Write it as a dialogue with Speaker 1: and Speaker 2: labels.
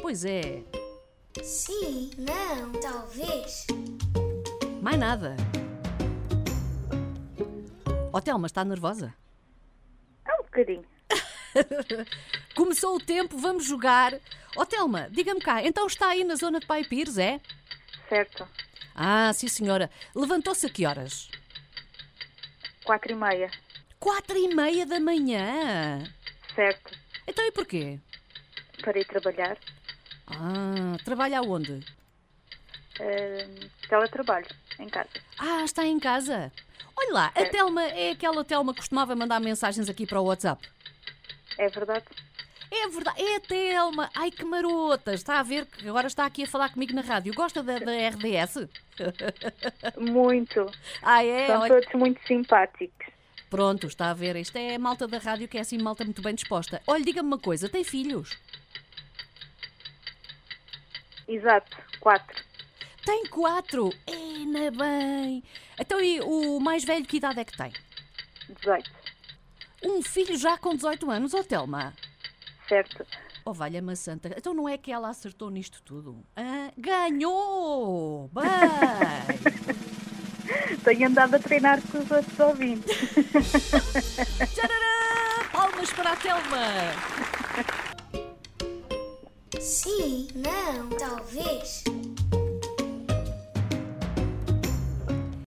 Speaker 1: Pois é,
Speaker 2: Sim, não, talvez.
Speaker 1: mais nada. Oh, Telma, está nervosa?
Speaker 3: É um bocadinho.
Speaker 1: Começou o tempo, vamos jogar. Oh, Telma, diga-me cá, então está aí na zona de Pai Pires, é?
Speaker 3: Certo.
Speaker 1: Ah, sim senhora. Levantou-se a que horas?
Speaker 3: Quatro e meia.
Speaker 1: Quatro e meia da manhã.
Speaker 3: Certo.
Speaker 1: Então e porquê?
Speaker 3: Para ir trabalhar.
Speaker 1: Ah, trabalha onde?
Speaker 3: Ahm, ehm, teletrabalho. Em casa.
Speaker 1: Ah, está em casa. Olha lá, a Telma é aquela Telma que costumava mandar mensagens aqui para o WhatsApp.
Speaker 3: É verdade?
Speaker 1: É verdade, é a Telma. Ai que marota, está a ver que agora está aqui a falar comigo na rádio. Gosta da, da RDS?
Speaker 3: Muito.
Speaker 1: Ah, é?
Speaker 3: São
Speaker 1: Olha,
Speaker 3: todos muito simpáticos.
Speaker 1: Pronto, está a ver. Isto é a malta da rádio que é assim, malta muito bem disposta. Olha, diga-me uma coisa: tem filhos?
Speaker 3: Exato. Quatro.
Speaker 1: Tem quatro! Ena bem! Então, e o mais velho, que idade é que tem?
Speaker 3: Dezoito.
Speaker 1: Um filho já com 18 anos, ó Telma?
Speaker 3: Certo.
Speaker 1: Oh, valha-me a santa. Então não é que ela acertou nisto tudo? Hã? ganhou! Bem!
Speaker 3: Tenho andado a treinar com os outros ouvintes.
Speaker 1: Tcharará! Palmas para a Telma!
Speaker 2: Sim, não, talvez.